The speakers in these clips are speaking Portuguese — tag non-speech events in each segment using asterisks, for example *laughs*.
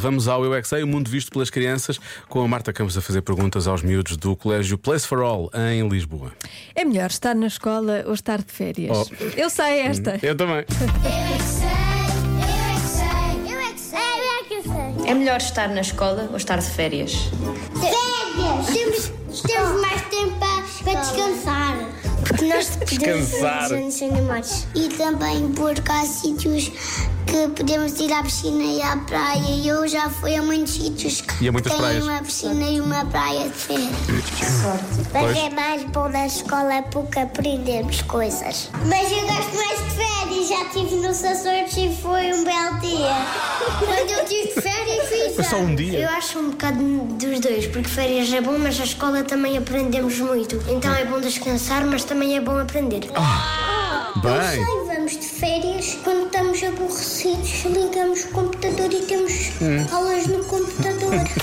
Vamos ao Eu é que Sei, o mundo visto pelas crianças, com a Marta Campos a fazer perguntas aos miúdos do Colégio Place for All, em Lisboa. É melhor estar na escola ou estar de férias. Oh. Eu sei esta. Eu também. Eu é que sei, eu é que sei, eu é que sei, eu é que sei. É melhor estar na escola ou estar de férias? Férias! Temos, temos mais tempo para, descansar. Porque *laughs* nós podemos Descansar. fazer nos animais. E também porque há sítios que podemos ir à piscina e à praia. E eu já fui a muitos sítios E a muitas que têm praias. uma piscina e uma praia de férias. Mas é mais bom na escola porque aprendemos coisas. Mas eu gosto mais de férias. Já estive nos Açores e foi um belo dia. Quando eu tive de férias, fiz. Foi só um dia? Eu acho um bocado dos dois, porque férias é bom, mas a escola também aprendemos muito. Então é bom descansar, mas também é bom aprender. Bem. Não sei, vamos de férias. Quando estamos aborrecidos, ligamos o computador e temos aulas no computador. *laughs*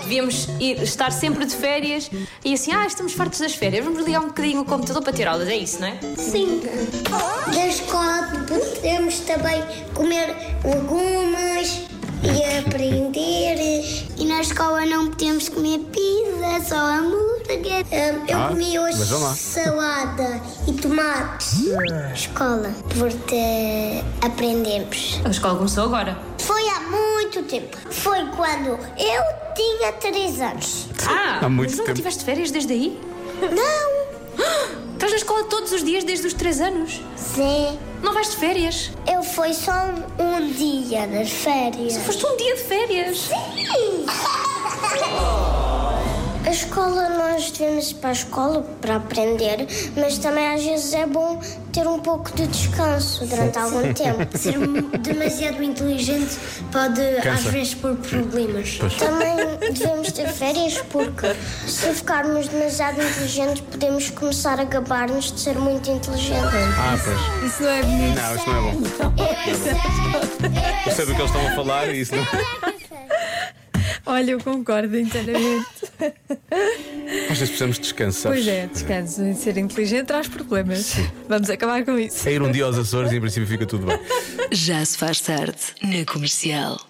Devíamos ir, estar sempre de férias e assim, ah, estamos fartos das férias, vamos ligar um bocadinho o computador para ter aulas, é isso, não é? Sim. Da escola podemos também comer legumes e aprender. E na escola não podemos comer pizza, só hambúrguer. Hum, Eu Ah, comi hoje mas vamos lá. salada e tomates. Escola, porque aprendemos. A escola começou agora. Foi há muito tempo. Foi quando eu tinha 3 anos. Ah, Há muito mas nunca tempo. tiveste férias desde aí? Não! Estás na escola todos os dias desde os 3 anos. Zé, Não vais de férias. eu fui só um, um dia nas férias. Foste um dia de férias. A escola, nós devemos ir para a escola para aprender, mas também às vezes é bom ter um pouco de descanso durante algum tempo. Ser um demasiado inteligente pode Cansa. vezes, pôr problemas. Também devemos ter férias porque se ficarmos demasiado inteligentes podemos começar a gabar-nos de ser muito inteligentes. Ah, pois. Isso não é bonito. Não, isto não é bom. é Eu sei do que eles estão a falar e isso não. Olha, eu concordo inteiramente. Às vezes precisamos descansar. pois é, descanso em ser inteligente traz problemas. Vamos acabar com isso. É ir um dia aos Açores e em princípio fica tudo bem. Já se faz tarde na comercial.